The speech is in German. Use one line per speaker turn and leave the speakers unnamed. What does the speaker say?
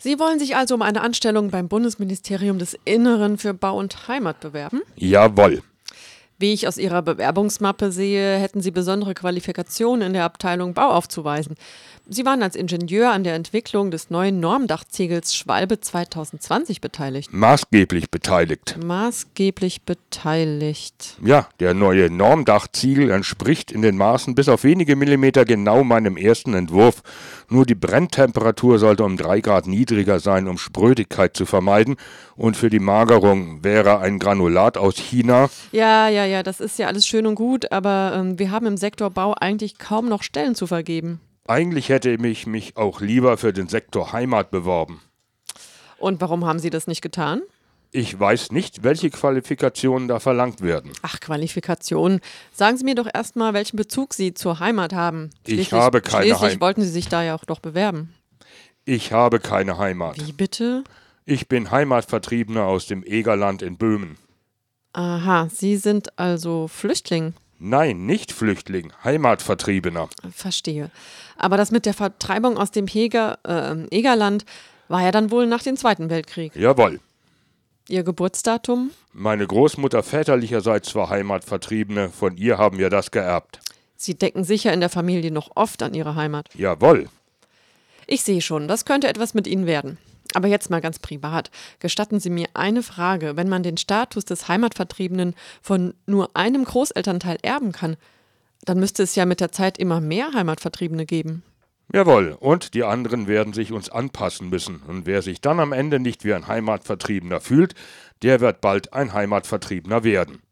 Sie wollen sich also um eine Anstellung beim Bundesministerium des Inneren für Bau und Heimat bewerben?
Jawohl.
Wie ich aus Ihrer Bewerbungsmappe sehe, hätten Sie besondere Qualifikationen in der Abteilung Bau aufzuweisen. Sie waren als Ingenieur an der Entwicklung des neuen Normdachziegels Schwalbe 2020 beteiligt.
Maßgeblich beteiligt.
Maßgeblich beteiligt.
Ja, der neue Normdachziegel entspricht in den Maßen bis auf wenige Millimeter genau meinem ersten Entwurf. Nur die Brenntemperatur sollte um drei Grad niedriger sein, um Sprödigkeit zu vermeiden. Und für die Magerung wäre ein Granulat aus China.
Ja, ja, ja, das ist ja alles schön und gut, aber ähm, wir haben im Sektor Bau eigentlich kaum noch Stellen zu vergeben.
Eigentlich hätte ich mich auch lieber für den Sektor Heimat beworben.
Und warum haben Sie das nicht getan?
Ich weiß nicht, welche Qualifikationen da verlangt werden.
Ach, Qualifikation. Sagen Sie mir doch erstmal, welchen Bezug Sie zur Heimat haben.
Ich habe keine
Schließlich
Heim-
wollten Sie sich da ja auch doch bewerben.
Ich habe keine Heimat.
Wie bitte?
Ich bin Heimatvertriebener aus dem Egerland in Böhmen.
Aha, Sie sind also Flüchtling.
Nein, nicht Flüchtling, Heimatvertriebener.
Verstehe. Aber das mit der Vertreibung aus dem Heger, äh, Egerland war ja dann wohl nach dem Zweiten Weltkrieg.
Jawohl.
Ihr Geburtsdatum?
Meine Großmutter väterlicherseits war Heimatvertriebene, von ihr haben wir das geerbt.
Sie denken sicher in der Familie noch oft an Ihre Heimat.
Jawohl.
Ich sehe schon, das könnte etwas mit Ihnen werden. Aber jetzt mal ganz privat. Gestatten Sie mir eine Frage. Wenn man den Status des Heimatvertriebenen von nur einem Großelternteil erben kann, dann müsste es ja mit der Zeit immer mehr Heimatvertriebene geben.
Jawohl, und die anderen werden sich uns anpassen müssen. Und wer sich dann am Ende nicht wie ein Heimatvertriebener fühlt, der wird bald ein Heimatvertriebener werden.